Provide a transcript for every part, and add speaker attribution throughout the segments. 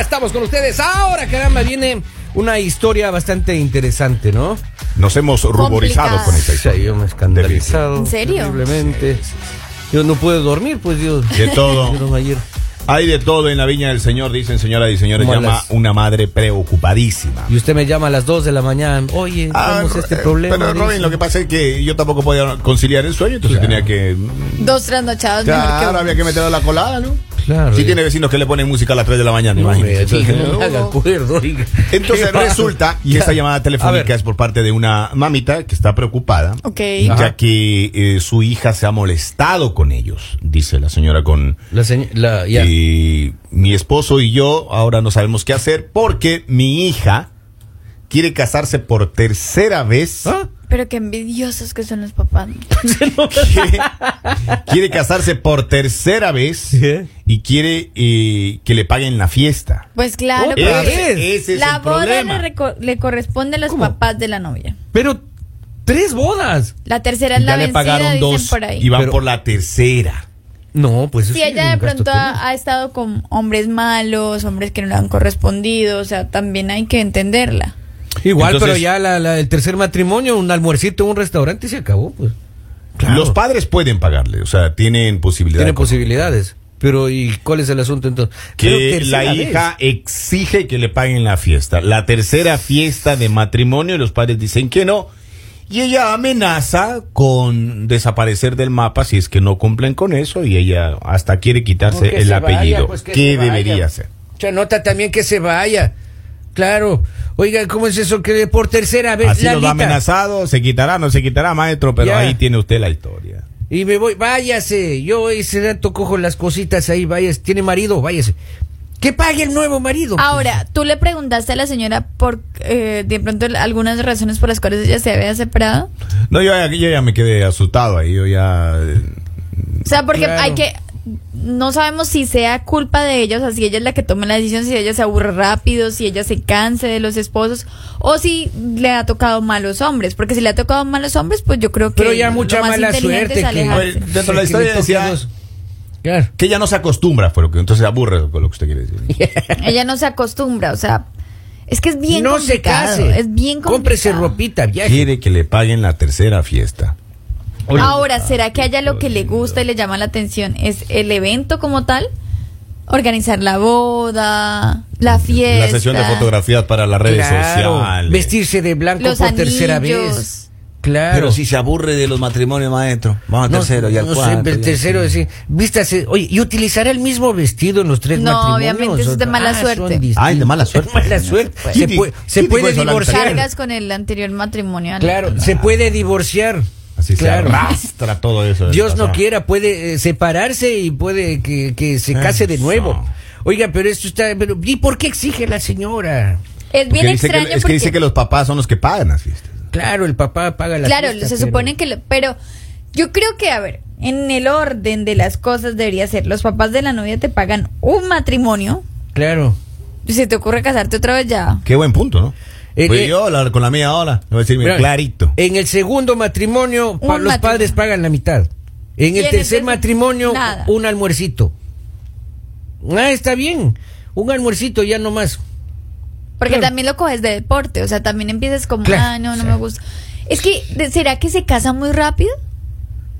Speaker 1: estamos con ustedes. Ahora, caramba, viene una historia bastante interesante, ¿no?
Speaker 2: Nos hemos ruborizado con esta
Speaker 1: O sea,
Speaker 2: historia.
Speaker 1: yo me he escandalizado.
Speaker 3: ¿En serio?
Speaker 1: Terriblemente. Yo no puedo dormir, pues Dios.
Speaker 2: De todo.
Speaker 1: Yo no, ayer.
Speaker 2: Hay de todo en la viña del señor, dicen señoras y señores.
Speaker 1: Como
Speaker 2: Llama
Speaker 1: las-
Speaker 2: una madre preocupadísima.
Speaker 1: Y usted me llama a las 2 de la mañana. Oye,
Speaker 2: Ah,
Speaker 1: tenemos este
Speaker 2: eh,
Speaker 1: problema.
Speaker 2: pero Robin,
Speaker 1: dice.
Speaker 2: lo que pasa es que yo tampoco podía conciliar el sueño, entonces tenía que. mm,
Speaker 3: Dos trasnochados mejor que
Speaker 2: Claro,
Speaker 3: uno.
Speaker 2: había que meterlo a la colada, ¿no?
Speaker 1: Claro.
Speaker 2: Si
Speaker 1: ya.
Speaker 2: tiene vecinos que le ponen música a las 3 de la mañana,
Speaker 1: No, hombre,
Speaker 2: imagínese.
Speaker 1: entonces no me
Speaker 3: Entonces,
Speaker 1: haga acuerdo, oiga.
Speaker 2: Entonces
Speaker 1: ¿Qué pasa?
Speaker 2: resulta que
Speaker 1: Ya.
Speaker 2: esta llamada
Speaker 1: A
Speaker 2: telefónica
Speaker 1: ver.
Speaker 2: es por parte de una mamita que está preocupada,
Speaker 3: Ok.
Speaker 2: ya
Speaker 1: Ajá.
Speaker 2: que eh, su hija se ha molestado con ellos, dice la señora con
Speaker 1: La señora. La, ya.
Speaker 2: y mi esposo y yo ahora no sabemos qué hacer porque mi hija quiere casarse por tercera vez.
Speaker 1: ¿Ah?
Speaker 3: Pero qué envidiosos que son los papás.
Speaker 2: Quiere, quiere casarse por tercera vez
Speaker 1: Sí.
Speaker 2: y quiere eh, que le paguen la fiesta.
Speaker 3: Pues claro,
Speaker 1: ¿Otra
Speaker 3: porque
Speaker 1: vez?
Speaker 2: Ese es
Speaker 3: la
Speaker 2: el
Speaker 3: boda
Speaker 2: problema.
Speaker 3: le, reco- le corresponde a los
Speaker 1: ¿Cómo?
Speaker 3: papás de la novia.
Speaker 1: Pero tres bodas.
Speaker 3: La tercera es la
Speaker 2: Ya le
Speaker 3: vencida,
Speaker 2: pagaron
Speaker 3: dicen
Speaker 2: dos
Speaker 3: por ahí.
Speaker 2: y van
Speaker 1: Pero-
Speaker 2: por la tercera.
Speaker 1: No, pues
Speaker 3: Si
Speaker 1: eso es
Speaker 3: ella de
Speaker 1: un gasto
Speaker 3: pronto
Speaker 1: terrible.
Speaker 3: ha, ha estado con hombres malos, hombres que no le han correspondido, o sea, también hay que entenderla.
Speaker 1: Igual,
Speaker 2: Entonces-
Speaker 1: pero ya la- la- el tercer matrimonio, un almuercito en un restaurante y se acabó, pues. Claro.
Speaker 2: Los padres pueden pagarle, o sea, tienen posibilidad.
Speaker 1: Tiene
Speaker 2: económica.
Speaker 1: posibilidades. Pero, ¿y cuál es el asunto entonces? Pero
Speaker 2: que
Speaker 1: tercera
Speaker 2: la
Speaker 1: vez.
Speaker 2: hija exige que le paguen la fiesta. La tercera fiesta de matrimonio y los padres dicen que no. Y ella amenaza con desaparecer del mapa si es que no cumplen con eso y ella hasta quiere
Speaker 1: No,
Speaker 2: quitarse
Speaker 1: que
Speaker 2: el
Speaker 1: se vaya,
Speaker 2: apellido.
Speaker 1: pues, que
Speaker 2: ¿Qué
Speaker 1: se vaya.
Speaker 2: debería hacer?
Speaker 1: Se nota también que se vaya. Claro. Oiga, ¿cómo es eso que por tercera vez
Speaker 2: Así los
Speaker 1: Pues, Lalita?
Speaker 2: ha amenazado, se quitará, no se quitará, maestro, pero
Speaker 1: Ya.
Speaker 2: ahí tiene usted la historia.
Speaker 1: Y me voy, váyase. Yo ese rato cojo las cositas ahí, váyase. ¿Tiene marido? Váyase. Que pague el nuevo marido.
Speaker 3: Ahora, tú le preguntaste a la señora por eh, de pronto algunas razones por las cuales ella se había separado.
Speaker 2: No, yo, ya- yo ya me quedé asustado ahí, yo ya... eh,
Speaker 3: O sea, porque
Speaker 1: Claro.
Speaker 3: hay que. No sabemos si sea culpa de ella, o sea, si ella es la que toma la decisión, si ella se aburre rápido, si ella se canse de los esposos, o si le ha tocado malos hombres. Porque si le ha tocado malos hombres, pues yo creo que.
Speaker 1: Pero ya
Speaker 3: lo
Speaker 1: mucha
Speaker 3: más
Speaker 1: mala suerte
Speaker 3: inteligente es
Speaker 1: que
Speaker 3: alejarse.
Speaker 2: Oye, dentro de la
Speaker 1: que
Speaker 2: historia
Speaker 1: le toque
Speaker 2: decía-
Speaker 1: dos. Claro.
Speaker 2: Que ella no se acostumbra, fue lo que entonces se aburre con lo que usted quiere decir.
Speaker 3: Ella no se acostumbra, o sea. Es que es bien
Speaker 1: no se
Speaker 3: complicado.
Speaker 1: case.
Speaker 3: Es bien complicado.
Speaker 1: Cómprese ropita, viaje.
Speaker 2: Quiere que le paguen la tercera fiesta.
Speaker 3: Ahora,
Speaker 2: ah,
Speaker 3: ¿será que a ella lo que le gusta y le llama la atención es el evento como tal? Organizar la boda, la fiesta.
Speaker 2: La sesión de fotografías para las redes
Speaker 1: Claro.
Speaker 2: sociales.
Speaker 1: Vestirse de blanco
Speaker 3: Los
Speaker 1: por tercera
Speaker 3: anillos.
Speaker 1: vez. Claro.
Speaker 4: Pero si se aburre de los matrimonios, maestro. Vamos al tercero y al
Speaker 1: no sé,
Speaker 4: cuarto.
Speaker 1: el
Speaker 4: y
Speaker 1: tercero
Speaker 4: así.
Speaker 1: decir, vístase, oye, y utilizará el mismo vestido en los tres
Speaker 3: No,
Speaker 1: matrimonios.
Speaker 3: obviamente, eso es de
Speaker 1: ¿O no?
Speaker 3: mala
Speaker 1: son
Speaker 3: suerte.
Speaker 1: distintos.
Speaker 4: Ay, de mala suerte.
Speaker 1: Mala suerte.
Speaker 2: Pues.
Speaker 1: Se,
Speaker 2: ¿Quién
Speaker 1: puede-
Speaker 2: dijo-
Speaker 1: se
Speaker 2: quién dijo
Speaker 1: puede
Speaker 2: eso, Alan?
Speaker 1: divorciar.
Speaker 3: Cargas con el anterior matrimonio.
Speaker 1: Claro, se puede divorciar.
Speaker 2: Así
Speaker 1: claro.
Speaker 2: se arrastra todo eso. del
Speaker 1: Dios no
Speaker 2: pasado.
Speaker 1: quiera, puede eh, separarse y puede que, que se case de
Speaker 2: Eso.
Speaker 1: nuevo. Oiga, pero esto está... Pero, ¿Y por qué exige la señora?
Speaker 3: Es bien
Speaker 2: Porque dice que-
Speaker 3: extraño
Speaker 2: es que
Speaker 3: porque,
Speaker 2: dice que los papás son los que pagan las fiestas.
Speaker 1: Claro, el papá paga la
Speaker 3: claro,
Speaker 1: fiesta,
Speaker 3: se
Speaker 1: pero-
Speaker 3: supone que, lo- pero yo creo que, a ver, en el orden de las cosas debería ser, los papás de la novia te pagan un matrimonio,
Speaker 1: Claro.
Speaker 3: y si te ocurre casarte otra vez ya.
Speaker 2: Qué buen punto, ¿no?
Speaker 1: Eh,
Speaker 2: Voy
Speaker 1: eh.
Speaker 2: yo la- con la mía ahora. Le voy a decir, mira,
Speaker 1: Mira, eh,
Speaker 2: clarito.
Speaker 1: En el segundo matrimonio, pa-
Speaker 3: Un
Speaker 1: los
Speaker 3: matrimonio.
Speaker 1: padres pagan la mitad. En
Speaker 3: Y
Speaker 1: el
Speaker 3: en el
Speaker 1: tercer
Speaker 3: tercer-
Speaker 1: matrimonio,
Speaker 3: nada.
Speaker 1: un almuercito. Ah, está bien. Un almuercito ya nomás.
Speaker 3: Porque
Speaker 1: Claro.
Speaker 3: también lo coges de deporte, o sea, también empiezas como,
Speaker 1: Claro,
Speaker 3: ah, no, no
Speaker 1: sí.
Speaker 3: me gusta. Es que, de- ¿será que se casa muy rápido?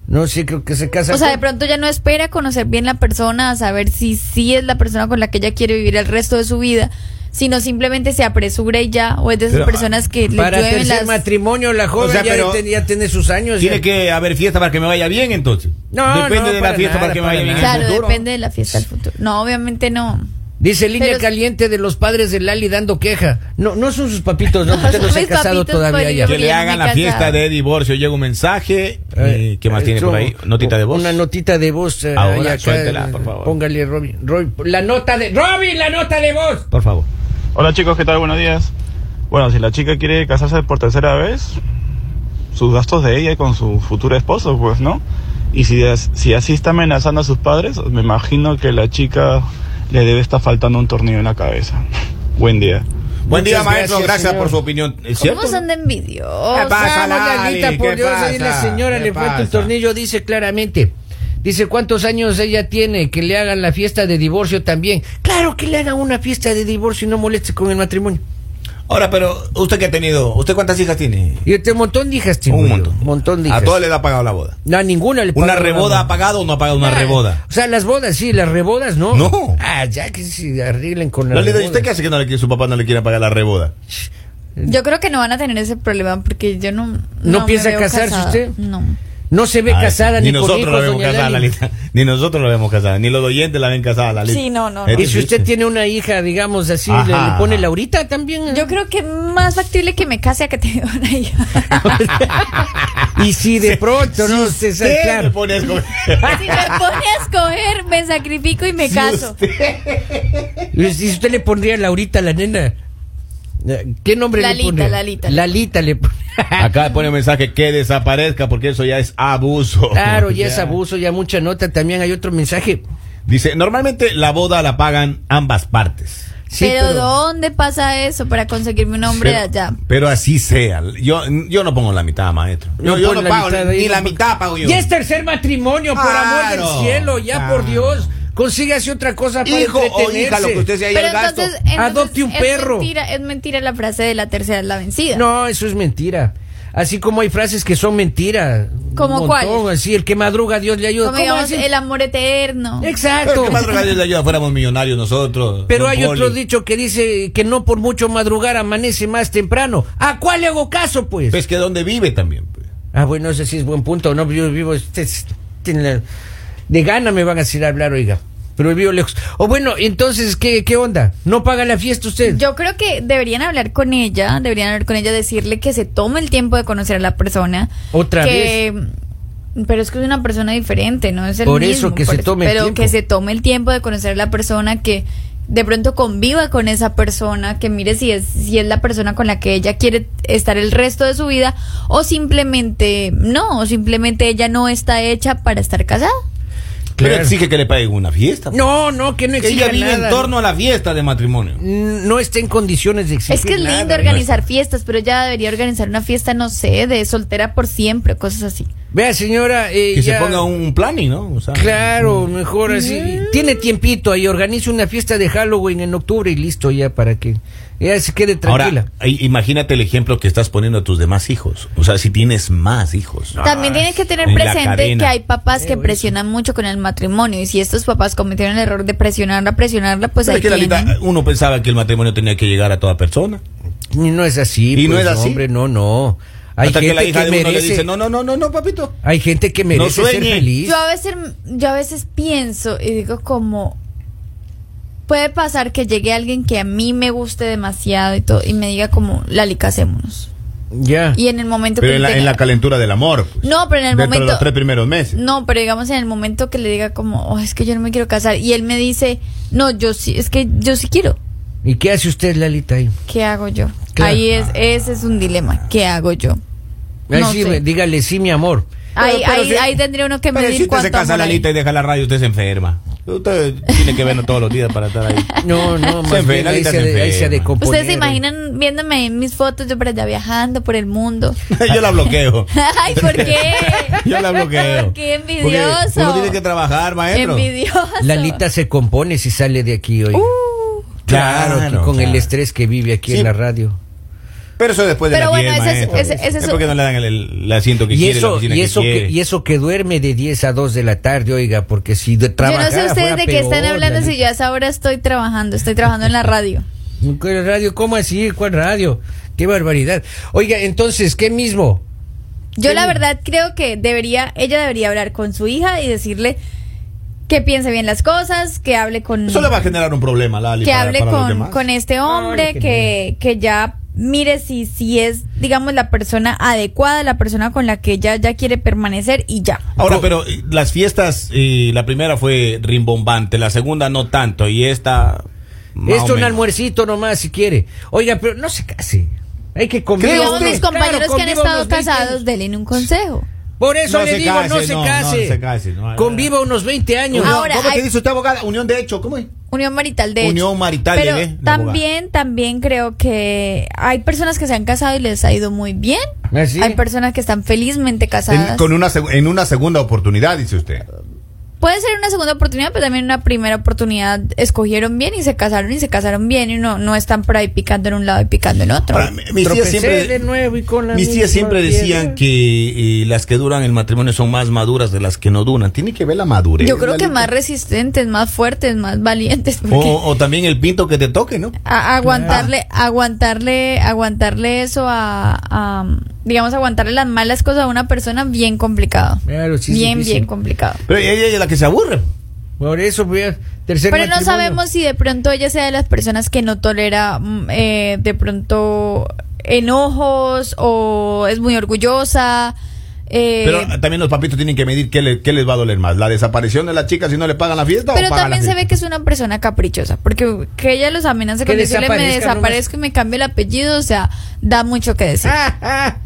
Speaker 1: No sé, creo que se casan.
Speaker 3: O sea, de
Speaker 1: con-
Speaker 3: pronto ya no espera conocer bien la persona, a saber si sí es la persona con la que ella quiere vivir el resto de su vida, sino simplemente se apresura y ya, o es de esas
Speaker 2: Pero,
Speaker 3: personas que le
Speaker 1: Para
Speaker 3: llueven
Speaker 1: tercer
Speaker 3: las...
Speaker 1: matrimonio, la joven
Speaker 2: O sea,
Speaker 1: ya,
Speaker 2: pero-
Speaker 1: ten- ya tiene sus años.
Speaker 2: Tiene
Speaker 1: ya.
Speaker 2: que haber fiesta para que me vaya bien, entonces.
Speaker 1: No,
Speaker 2: Depende
Speaker 1: no,
Speaker 2: de la
Speaker 1: para
Speaker 2: fiesta
Speaker 1: nada,
Speaker 2: para que me
Speaker 1: para
Speaker 2: vaya bien. en el
Speaker 3: Claro,
Speaker 2: futuro.
Speaker 3: depende de la fiesta del futuro. No, obviamente no.
Speaker 1: Dice línea
Speaker 3: Pero-
Speaker 1: caliente de los padres de Lali dando queja. No, no son sus papitos, no,
Speaker 3: No,
Speaker 1: usted no
Speaker 3: son
Speaker 1: se ha
Speaker 3: mis
Speaker 1: casado
Speaker 3: papitos,
Speaker 1: todavía
Speaker 3: pues,
Speaker 1: ya.
Speaker 3: yo-
Speaker 2: Que le
Speaker 3: Ya me
Speaker 2: hagan
Speaker 3: he
Speaker 2: la
Speaker 3: casado.
Speaker 2: fiesta de divorcio. Llega un mensaje.
Speaker 1: Eh,
Speaker 2: eh, ¿Qué más tiene
Speaker 1: eso,
Speaker 2: por ahí? ¿Notita de voz?
Speaker 1: Una notita de voz. eh,
Speaker 2: Ahora,
Speaker 1: ahí acá,
Speaker 2: suéltela,
Speaker 1: eh,
Speaker 2: por favor.
Speaker 1: Póngale, Robin. Robin, La nota de. ¡Robin, la nota de voz!
Speaker 2: Por favor.
Speaker 5: Hola chicos, ¿qué tal? Buenos días. Bueno, si la chica quiere casarse por tercera vez, sus gastos de ella con su futuro esposo, pues, ¿no? Y si, as- si así está amenazando a sus padres, me imagino que la chica le debe estar faltando un tornillo en la cabeza. Buen día.
Speaker 2: Buen día,
Speaker 1: Muchas
Speaker 2: maestro.
Speaker 1: gracias,
Speaker 2: Gracias
Speaker 1: señor.
Speaker 2: por su opinión. ¿Es cierto?
Speaker 3: ¿Cómo son de envidiosos?
Speaker 1: Vamos,
Speaker 2: pasa, Lali?
Speaker 1: Lalita, por
Speaker 2: ¿Qué
Speaker 1: Dios, ahí
Speaker 2: pasa?
Speaker 1: la señora
Speaker 2: ¿Qué
Speaker 1: le falta un
Speaker 2: pasa?
Speaker 1: tornillo, dice claramente. Dice, ¿cuántos años ella tiene? Que le hagan la fiesta de divorcio también. Claro que le hagan una fiesta de divorcio y no moleste con el matrimonio.
Speaker 4: Ahora, pero usted que ha tenido, ¿usted cuántas hijas tiene?
Speaker 1: Y este montón de hijas tiene.
Speaker 4: Un
Speaker 1: boludo,
Speaker 4: montón.
Speaker 1: montón
Speaker 4: A
Speaker 1: de hijas.
Speaker 4: todas les ha pagado la boda.
Speaker 1: No, a ninguna le
Speaker 4: ¿Una
Speaker 1: pagaron
Speaker 4: reboda ha
Speaker 1: nada. Ah,
Speaker 4: pagado o no ha pagado una reboda?
Speaker 1: O sea, las bodas sí, las rebodas no.
Speaker 4: No.
Speaker 1: Ah, ya que se arreglen con las
Speaker 4: Lolita, ¿y
Speaker 1: rebodas.
Speaker 4: usted qué hace que no le quiere- su papá no le quiera pagar la reboda?
Speaker 3: Yo creo que no van a tener ese problema porque yo no. me
Speaker 1: piensa
Speaker 3: veo
Speaker 1: casarse
Speaker 3: casada.
Speaker 1: usted?
Speaker 3: No.
Speaker 1: No se ve
Speaker 4: Ay,
Speaker 1: casada ni, con
Speaker 4: Ah, nosotros
Speaker 1: hijos,
Speaker 4: la vemos
Speaker 1: doña
Speaker 4: casada,
Speaker 1: Lali.
Speaker 4: Lalita. Ni nosotros la vemos casada. Ni los oyentes la ven casada, Lalita.
Speaker 3: Sí, no, no,
Speaker 4: Es
Speaker 3: no.
Speaker 1: Y si
Speaker 4: difícil.
Speaker 1: usted tiene una hija, digamos así, le,
Speaker 4: Ajá.
Speaker 1: le pone Laurita también.
Speaker 3: Yo creo que es más factible que me case a que tenga una hija.
Speaker 1: Y si de pronto no se
Speaker 4: Sí,
Speaker 1: sabe,
Speaker 4: me
Speaker 1: claro.
Speaker 4: pone a escoger.
Speaker 3: si me pone a escoger, me sacrifico y me
Speaker 4: Si
Speaker 3: caso.
Speaker 4: usted-
Speaker 1: Y si usted le pondría Laurita a la nena. eh, ¿Qué nombre le
Speaker 3: Lalita,
Speaker 1: pondría?
Speaker 3: Lalita.
Speaker 1: Lalita le pondría.
Speaker 4: Ah,
Speaker 2: Acá pone un mensaje que desaparezca porque eso ya es abuso.
Speaker 1: Claro,
Speaker 4: pues
Speaker 1: ya es abuso, ya mucha nota. También hay otro mensaje.
Speaker 2: Dice, normalmente la boda la pagan ambas partes.
Speaker 1: Sí,
Speaker 3: pero, ¿dónde pasa eso para conseguirme un hombre de
Speaker 2: Pero-
Speaker 3: allá?
Speaker 2: Pero así sea. Yo, yo no pongo la mitad, maestro.
Speaker 4: Yo, yo no
Speaker 1: pone la
Speaker 4: pago,
Speaker 1: mitad
Speaker 4: ni,
Speaker 1: ahí,
Speaker 4: ni
Speaker 1: no
Speaker 4: la
Speaker 1: pone-
Speaker 4: mitad pago yo.
Speaker 1: Ya es tercer matrimonio, por amor
Speaker 4: Claro,
Speaker 1: del cielo, ya
Speaker 4: claro.
Speaker 1: por Dios. Consígase otra cosa para
Speaker 4: Hijo o
Speaker 1: entretenerse.
Speaker 4: hija, lo que usted sea, y
Speaker 3: Pero
Speaker 4: el gasto.
Speaker 3: entonces, entonces
Speaker 1: Adopte un
Speaker 3: es
Speaker 1: perro.
Speaker 3: Mentira, es mentira la frase de la tercera es la vencida.
Speaker 1: No, eso es mentira. Así como hay frases que son mentira.
Speaker 3: ¿Cómo
Speaker 1: Un
Speaker 3: cuál?
Speaker 1: Así, el que madruga, Dios le ayuda.
Speaker 3: Como
Speaker 1: ¿Cómo
Speaker 3: digamos,
Speaker 1: así?
Speaker 3: el amor eterno.
Speaker 1: Exacto.
Speaker 4: Pero que más regalos de ayuda fuéramos millonarios nosotros.
Speaker 1: Pero
Speaker 4: don
Speaker 1: hay
Speaker 4: Poli.
Speaker 1: otro dicho que dice que no por mucho madrugar amanece más temprano. ¿A cuál le hago caso, pues?
Speaker 4: Pues que donde vive también. pues.
Speaker 1: Ah, bueno, ese sí es buen punto. No, yo vivo. este es- tiene la- De gana me van a decir hablar, oiga. Pero vivo lejos. O bueno, entonces, ¿qué, qué onda? ¿No paga la fiesta usted?
Speaker 3: Yo creo que deberían hablar con ella, deberían hablar con ella, decirle que se tome el tiempo de conocer a la persona.
Speaker 1: Otra
Speaker 3: que, vez. Pero es que es una persona diferente, ¿no? Es el
Speaker 1: Por eso
Speaker 3: mismo,
Speaker 1: que se tome el
Speaker 3: Pero
Speaker 1: tiempo.
Speaker 3: que se tome el tiempo de conocer a la persona, que de pronto conviva con esa persona, que mire si es, si es la persona con la que ella quiere estar el resto de su vida, o simplemente no, o simplemente ella no está hecha para estar casada.
Speaker 4: Pero
Speaker 1: Claro.
Speaker 4: exige que le paguen una fiesta. pues.
Speaker 1: No, no, que no
Speaker 4: Que
Speaker 1: exige
Speaker 4: ella vive
Speaker 1: nada.
Speaker 4: en torno a la fiesta de matrimonio.
Speaker 1: N- No está en condiciones de exigir
Speaker 3: Es que es
Speaker 1: nada.
Speaker 3: lindo organizar fiestas, pero ella debería organizar una fiesta, no sé, de soltera por siempre, cosas así.
Speaker 1: Vea, señora. eh,
Speaker 4: Que se
Speaker 1: ya-
Speaker 4: ponga un planning, ¿no? O sea,
Speaker 2: Mm.
Speaker 1: Claro, mejor así. Tiene tiempito ahí, organiza una fiesta de Halloween en octubre y listo ya para que ella se quede
Speaker 4: mm.
Speaker 1: tranquila.
Speaker 2: Ahora, ahí, imagínate el ejemplo que estás poniendo a tus demás hijos. O sea, si tienes más hijos.
Speaker 3: También tienes que tener
Speaker 2: en la
Speaker 3: presente
Speaker 2: cadena.
Speaker 3: que hay papás
Speaker 1: Veo
Speaker 3: que
Speaker 1: eso.
Speaker 3: presionan mucho con el matrimonio y si estos papás cometieron el error de presionarla, presionarla, pues
Speaker 2: Pero
Speaker 3: ahí
Speaker 2: es que,
Speaker 3: tienen.
Speaker 2: Lalita, uno pensaba que el matrimonio tenía que llegar a toda persona.
Speaker 1: Y no es así.
Speaker 2: ¿Y no
Speaker 1: pues,
Speaker 2: es así?
Speaker 1: Hombre, no, no. Hay
Speaker 2: Hasta
Speaker 1: gente
Speaker 2: que
Speaker 1: que,
Speaker 2: la hija de
Speaker 1: merece.
Speaker 2: uno le dice, no, no, no, no, no, papito.
Speaker 1: Hay gente que merece ser
Speaker 2: sueñe.
Speaker 1: feliz.
Speaker 3: Yo a veces, yo a veces pienso y digo como puede pasar que llegue alguien que a mí me guste demasiado y todo y me diga como Lali casémonos
Speaker 1: Ya.
Speaker 3: y en el momento
Speaker 2: Pero
Speaker 3: que
Speaker 2: en la,
Speaker 3: tenga-
Speaker 2: en la calentura del amor. pues.
Speaker 3: no pero en el
Speaker 2: Dentro
Speaker 3: momento
Speaker 2: de los tres primeros meses.
Speaker 3: No, pero digamos en el momento que le diga como, "Oh, es que yo no me quiero casar y él me dice, no, yo sí, es que yo sí quiero.
Speaker 1: ¿Y qué hace usted, Lalita, ahí?
Speaker 3: ¿Qué hago yo?
Speaker 1: Claro.
Speaker 3: Ahí es, ese es un dilema. ¿Qué hago yo?
Speaker 1: Ahí
Speaker 3: No
Speaker 1: sí,
Speaker 3: sé.
Speaker 1: me- dígale, sí, mi amor.
Speaker 3: ahí,
Speaker 4: pero
Speaker 3: ahí,
Speaker 4: si-
Speaker 3: ahí tendría uno que
Speaker 4: Pero
Speaker 3: medir
Speaker 4: si usted se
Speaker 3: cuánto
Speaker 4: casa
Speaker 3: amor
Speaker 4: la
Speaker 3: hay.
Speaker 4: lista y deja la radio, usted se enferma. Usted tiene que vernos todos los días para estar ahí.
Speaker 1: No, no,
Speaker 2: Se
Speaker 1: más
Speaker 2: enferma,
Speaker 1: bien ahí
Speaker 2: Lalita
Speaker 1: se,
Speaker 2: se
Speaker 1: de- ahí se ha de
Speaker 2: enferma.
Speaker 1: componer.
Speaker 3: Ustedes se imaginan viéndome en mis fotos yo por allá viajando por el mundo.
Speaker 4: Yo la bloqueo.
Speaker 3: Ay, ¿por qué?
Speaker 4: Yo la bloqueo.
Speaker 3: Qué
Speaker 4: Porque
Speaker 3: envidioso.
Speaker 4: Uno tiene que trabajar, maestro.
Speaker 3: Envidioso.
Speaker 1: Lalita se compone si sale de aquí hoy.
Speaker 3: Uh,
Speaker 1: claro, aquí con el estrés que vive aquí
Speaker 4: Sí.
Speaker 1: en la radio.
Speaker 4: Pero eso después de
Speaker 3: Pero
Speaker 4: las
Speaker 3: bueno,
Speaker 4: 10,
Speaker 3: ese es-
Speaker 4: maestro.
Speaker 3: ese- ese es-
Speaker 4: es porque no le dan el, el asiento que
Speaker 1: y
Speaker 4: quiere, la
Speaker 1: eso,
Speaker 4: oficina
Speaker 1: y eso
Speaker 4: que
Speaker 1: que,
Speaker 4: quiere.
Speaker 1: y eso que duerme de 10 a 2 de la tarde, oiga, porque si de
Speaker 3: yo no
Speaker 1: trabajara
Speaker 3: sé ustedes
Speaker 1: fuera
Speaker 3: de qué están
Speaker 1: peor,
Speaker 3: hablando si
Speaker 1: Lalita.
Speaker 3: yo a esa hora estoy trabajando, estoy trabajando en la radio.
Speaker 1: ¿Cuál radio? ¿Cómo así? ¿Cuál radio? Qué barbaridad. Oiga, entonces, ¿qué mismo?
Speaker 3: Yo
Speaker 1: Sí.
Speaker 3: la verdad creo que debería, ella debería hablar con su hija y decirle que piense bien las cosas, que hable con,
Speaker 4: Eso le va a generar un problema, Lali.
Speaker 3: que
Speaker 4: para-
Speaker 3: hable
Speaker 4: para los
Speaker 3: con,
Speaker 4: demás.
Speaker 3: con este hombre,
Speaker 1: Ay, qué
Speaker 3: que, que ya mire si, si es, digamos, la persona adecuada, la persona con la que ella ya quiere permanecer y ya.
Speaker 4: Ahora, pero eh, las fiestas, eh, la primera fue rimbombante, la segunda no tanto, y esta. más
Speaker 1: Esto
Speaker 4: o
Speaker 1: un
Speaker 4: menos.
Speaker 1: almuercito nomás, si quiere. Oiga, pero no se case. Hay que
Speaker 3: Y
Speaker 1: convivir.
Speaker 3: digamos,
Speaker 1: Claro,
Speaker 3: mis compañeros que han
Speaker 1: conviva
Speaker 3: estado
Speaker 1: unos 20
Speaker 3: casados,
Speaker 1: años.
Speaker 3: denle un consejo.
Speaker 1: Por eso
Speaker 4: No
Speaker 1: le
Speaker 4: se
Speaker 1: digo, no,
Speaker 4: case,
Speaker 1: se
Speaker 4: no, no
Speaker 1: case.
Speaker 4: se case, no, no.
Speaker 1: Conviva unos 20 años.
Speaker 4: Unión-
Speaker 3: Ahora,
Speaker 4: ¿Cómo
Speaker 3: hay-
Speaker 4: te dice usted, abogada? Unión de hecho, ¿cómo es?
Speaker 3: Unión marital de
Speaker 4: Unión
Speaker 3: hecho.
Speaker 4: marital,
Speaker 3: Pero
Speaker 4: bebé, la
Speaker 3: también, también creo que hay personas que se han casado y les ha ido muy bien.
Speaker 1: ¿Ah, sí?
Speaker 3: Hay personas que están felizmente casadas.
Speaker 2: En, con una, seg- en una segunda oportunidad, dice usted.
Speaker 3: puede ser una segunda oportunidad, pero también una primera oportunidad. Escogieron bien y se casaron y se casaron bien y no, no están por ahí picando en un lado y picando en otro.
Speaker 2: Ahora, mi- mis tías
Speaker 1: Tropecé
Speaker 2: siempre,
Speaker 1: de nuevo y con la
Speaker 2: mis tías
Speaker 1: misma
Speaker 2: siempre
Speaker 1: piedra.
Speaker 2: decían que eh, las que duran el matrimonio son más maduras de las que no duran. Tiene que ver la madurez.
Speaker 3: Yo creo que
Speaker 2: Lalita.
Speaker 3: más resistentes, más fuertes, más valientes. porque-
Speaker 2: O, o también el pinto que te toque, ¿no?
Speaker 3: a- aguantarle, aguantarle, aguantarle eso a, a, digamos, aguantarle las malas cosas a una persona bien complicado.
Speaker 1: Claro, sí es
Speaker 3: bien,
Speaker 1: difícil.
Speaker 3: bien complicado.
Speaker 2: Pero ella es la que se aburre.
Speaker 1: Por eso, pues, tercer
Speaker 3: Pero no
Speaker 1: matrimonio.
Speaker 3: sabemos si de pronto ella sea de las personas que no tolera mm, eh, de pronto enojos o es muy orgullosa. eh,
Speaker 2: Pero también los papitos tienen que medir qué, le- qué les va a doler más. La desaparición de la chica si no le pagan la fiesta o
Speaker 3: Pero
Speaker 2: pagan la
Speaker 3: también se
Speaker 2: fiesta?
Speaker 3: ve que es una persona caprichosa, porque que ella los amenaza
Speaker 1: Que
Speaker 3: con decirle me
Speaker 1: desaparezca
Speaker 3: desaparezco y me cambie el apellido, o sea, da mucho que decir.
Speaker 1: Ah, ah.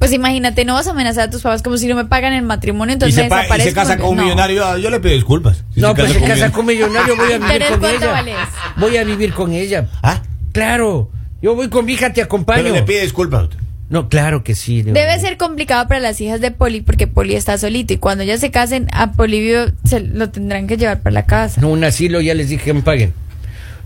Speaker 3: Pues imagínate, no vas a amenazar a tus papás como si no me pagan el matrimonio,
Speaker 2: Y
Speaker 3: entonces
Speaker 2: se,
Speaker 3: me
Speaker 2: pa- y se
Speaker 3: desaparezco.
Speaker 2: casa con un
Speaker 3: No.
Speaker 2: millonario. ah, Yo le pido disculpas. Si
Speaker 1: No, pues se casa
Speaker 2: millonario.
Speaker 1: con millonario, voy a vivir
Speaker 3: Pero
Speaker 1: con
Speaker 3: ¿cuánto
Speaker 1: ella.
Speaker 3: vales?
Speaker 1: Voy a vivir con ella.
Speaker 2: Ah,
Speaker 1: Claro, yo voy con mi hija, te
Speaker 2: pero
Speaker 1: acompaño.
Speaker 2: le pide disculpas. a usted.
Speaker 1: No, claro que sí. Leo.
Speaker 3: Debe ser complicado para las hijas de Poli porque Poli está solito y cuando ellas se casen a Polivio se lo tendrán que llevar para la casa.
Speaker 1: No, un asilo, ya les dije que me paguen.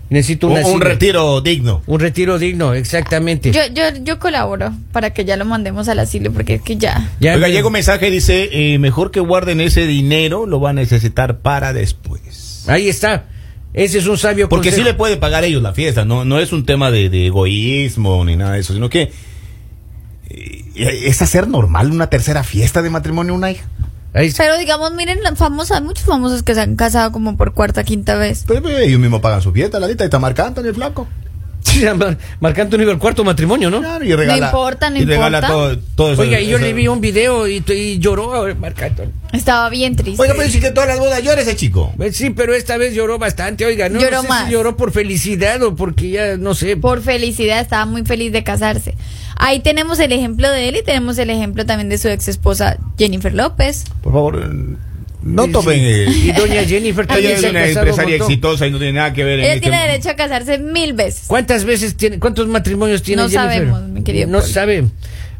Speaker 1: Necesito un,
Speaker 2: Un,
Speaker 1: asilo.
Speaker 2: un retiro digno.
Speaker 1: Un retiro digno, exactamente.
Speaker 2: Este.
Speaker 3: Yo, yo, yo colaboro para que ya lo mandemos al asilo porque es que ya.
Speaker 1: Ya
Speaker 2: Oiga,
Speaker 1: me-
Speaker 2: llega un mensaje y dice, eh, mejor que guarden ese dinero, lo va a necesitar para después.
Speaker 1: Ahí está. Ese es un sabio
Speaker 2: Porque sí
Speaker 1: consejo.
Speaker 2: le puede pagar ellos la fiesta, no, no es un tema de, de egoísmo ni nada de eso, sino que eh, es hacer normal una tercera fiesta de matrimonio a una hija.
Speaker 1: Ahí está.
Speaker 3: Pero digamos, miren, las famosas, muchos famosos que se han casado como por cuarta, quinta vez.
Speaker 2: Pues, pues, ellos mismos pagan su fiesta, la lista, y está marcando en el flaco.
Speaker 1: Sí, Mar- Marcando un nivel cuarto matrimonio, ¿no?
Speaker 2: Claro, y regala,
Speaker 3: importa, no
Speaker 2: y regala
Speaker 3: importa.
Speaker 2: todo, todo eso.
Speaker 1: Oiga, y yo
Speaker 2: eso-
Speaker 1: le vi un video y, y lloró eh, Marc Anthony.
Speaker 3: Estaba bien triste.
Speaker 2: Oiga, pero dice que todas las bodas llora ese chico.
Speaker 1: Pues sí, pero esta vez lloró bastante, oiga, no,
Speaker 3: Lloró
Speaker 1: no sé
Speaker 3: más.
Speaker 1: si lloró por felicidad o porque ya no sé.
Speaker 3: por felicidad, estaba muy feliz de casarse. Ahí tenemos el ejemplo de él y tenemos el ejemplo también de su ex esposa Jennifer López.
Speaker 2: Por favor, eh, no
Speaker 1: Sí,
Speaker 2: tomen...
Speaker 1: sí.
Speaker 2: eh,
Speaker 1: Y doña Jennifer
Speaker 2: Ella
Speaker 1: también
Speaker 2: es
Speaker 1: se ha
Speaker 2: una
Speaker 1: casado un
Speaker 2: empresaria
Speaker 1: montón.
Speaker 2: exitosa y no tiene nada que ver en
Speaker 3: Ella
Speaker 2: este-
Speaker 3: tiene derecho a casarse mil veces.
Speaker 1: ¿Cuántas veces tiene, cuántos matrimonios tiene
Speaker 3: No
Speaker 1: Jennifer?
Speaker 3: sabemos, mi querido
Speaker 1: No
Speaker 3: Paul.
Speaker 1: sabe.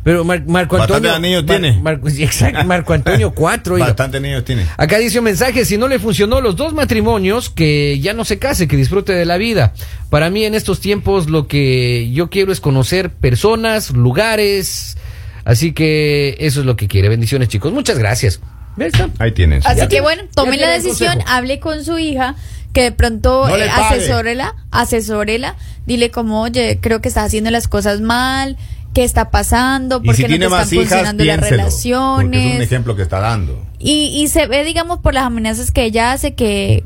Speaker 1: Pero Mar- Marco
Speaker 2: Bastante
Speaker 1: Antonio.
Speaker 2: anillos tiene.
Speaker 1: Marco, sí, exacto, Marco Antonio cuatro. oiga.
Speaker 2: Bastante niños tiene.
Speaker 1: Acá dice un mensaje, si no le funcionó los dos matrimonios, que ya no se case, que disfrute de la vida. Para mí en estos tiempos lo que yo quiero es conocer personas, lugares. Así que eso es lo que quiere. Bendiciones chicos. Muchas gracias. Ya está.
Speaker 2: Ahí tienen.
Speaker 3: Así
Speaker 1: Ya
Speaker 3: que
Speaker 1: tiene-
Speaker 3: bueno, tome
Speaker 1: ya
Speaker 3: la
Speaker 1: tiene el
Speaker 3: decisión,
Speaker 1: consejo.
Speaker 3: hable con su hija, que de pronto
Speaker 2: No le
Speaker 3: eh,
Speaker 2: pague.
Speaker 3: asesórela, asesórela, dile como, oye, creo que estás haciendo las cosas mal, qué está pasando, por qué no te están funcionando las
Speaker 2: piénselo, porque es un
Speaker 3: relaciones.
Speaker 2: ejemplo que está dando.
Speaker 3: Y, y se ve, digamos, por las amenazas que ella hace que,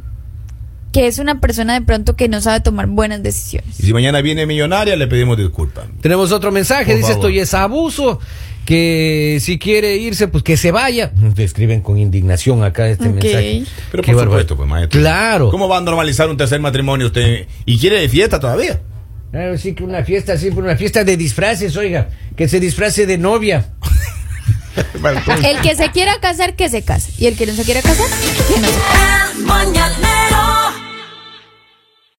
Speaker 3: que es una persona de pronto que no sabe tomar buenas decisiones.
Speaker 2: Y si mañana viene millonaria, le pedimos disculpas.
Speaker 1: Tenemos otro mensaje,
Speaker 2: Por
Speaker 1: dice
Speaker 2: favor.
Speaker 1: esto y es abuso, que si quiere irse, pues que se vaya. Escriben con indignación acá este
Speaker 3: Ok.
Speaker 1: mensaje.
Speaker 2: Pero
Speaker 1: Qué
Speaker 2: por
Speaker 1: bárbaro.
Speaker 2: supuesto, pues, maestro.
Speaker 1: Claro.
Speaker 2: ¿Cómo va a normalizar un tercer matrimonio usted? ¿Y quiere de fiesta todavía?
Speaker 1: Claro, sí que una fiesta, siempre una fiesta de disfraces, oiga, que se disfrace de novia.
Speaker 3: El que se quiera casar, que se case. Y el que no se quiera casar, que no se case.
Speaker 6: El mañanero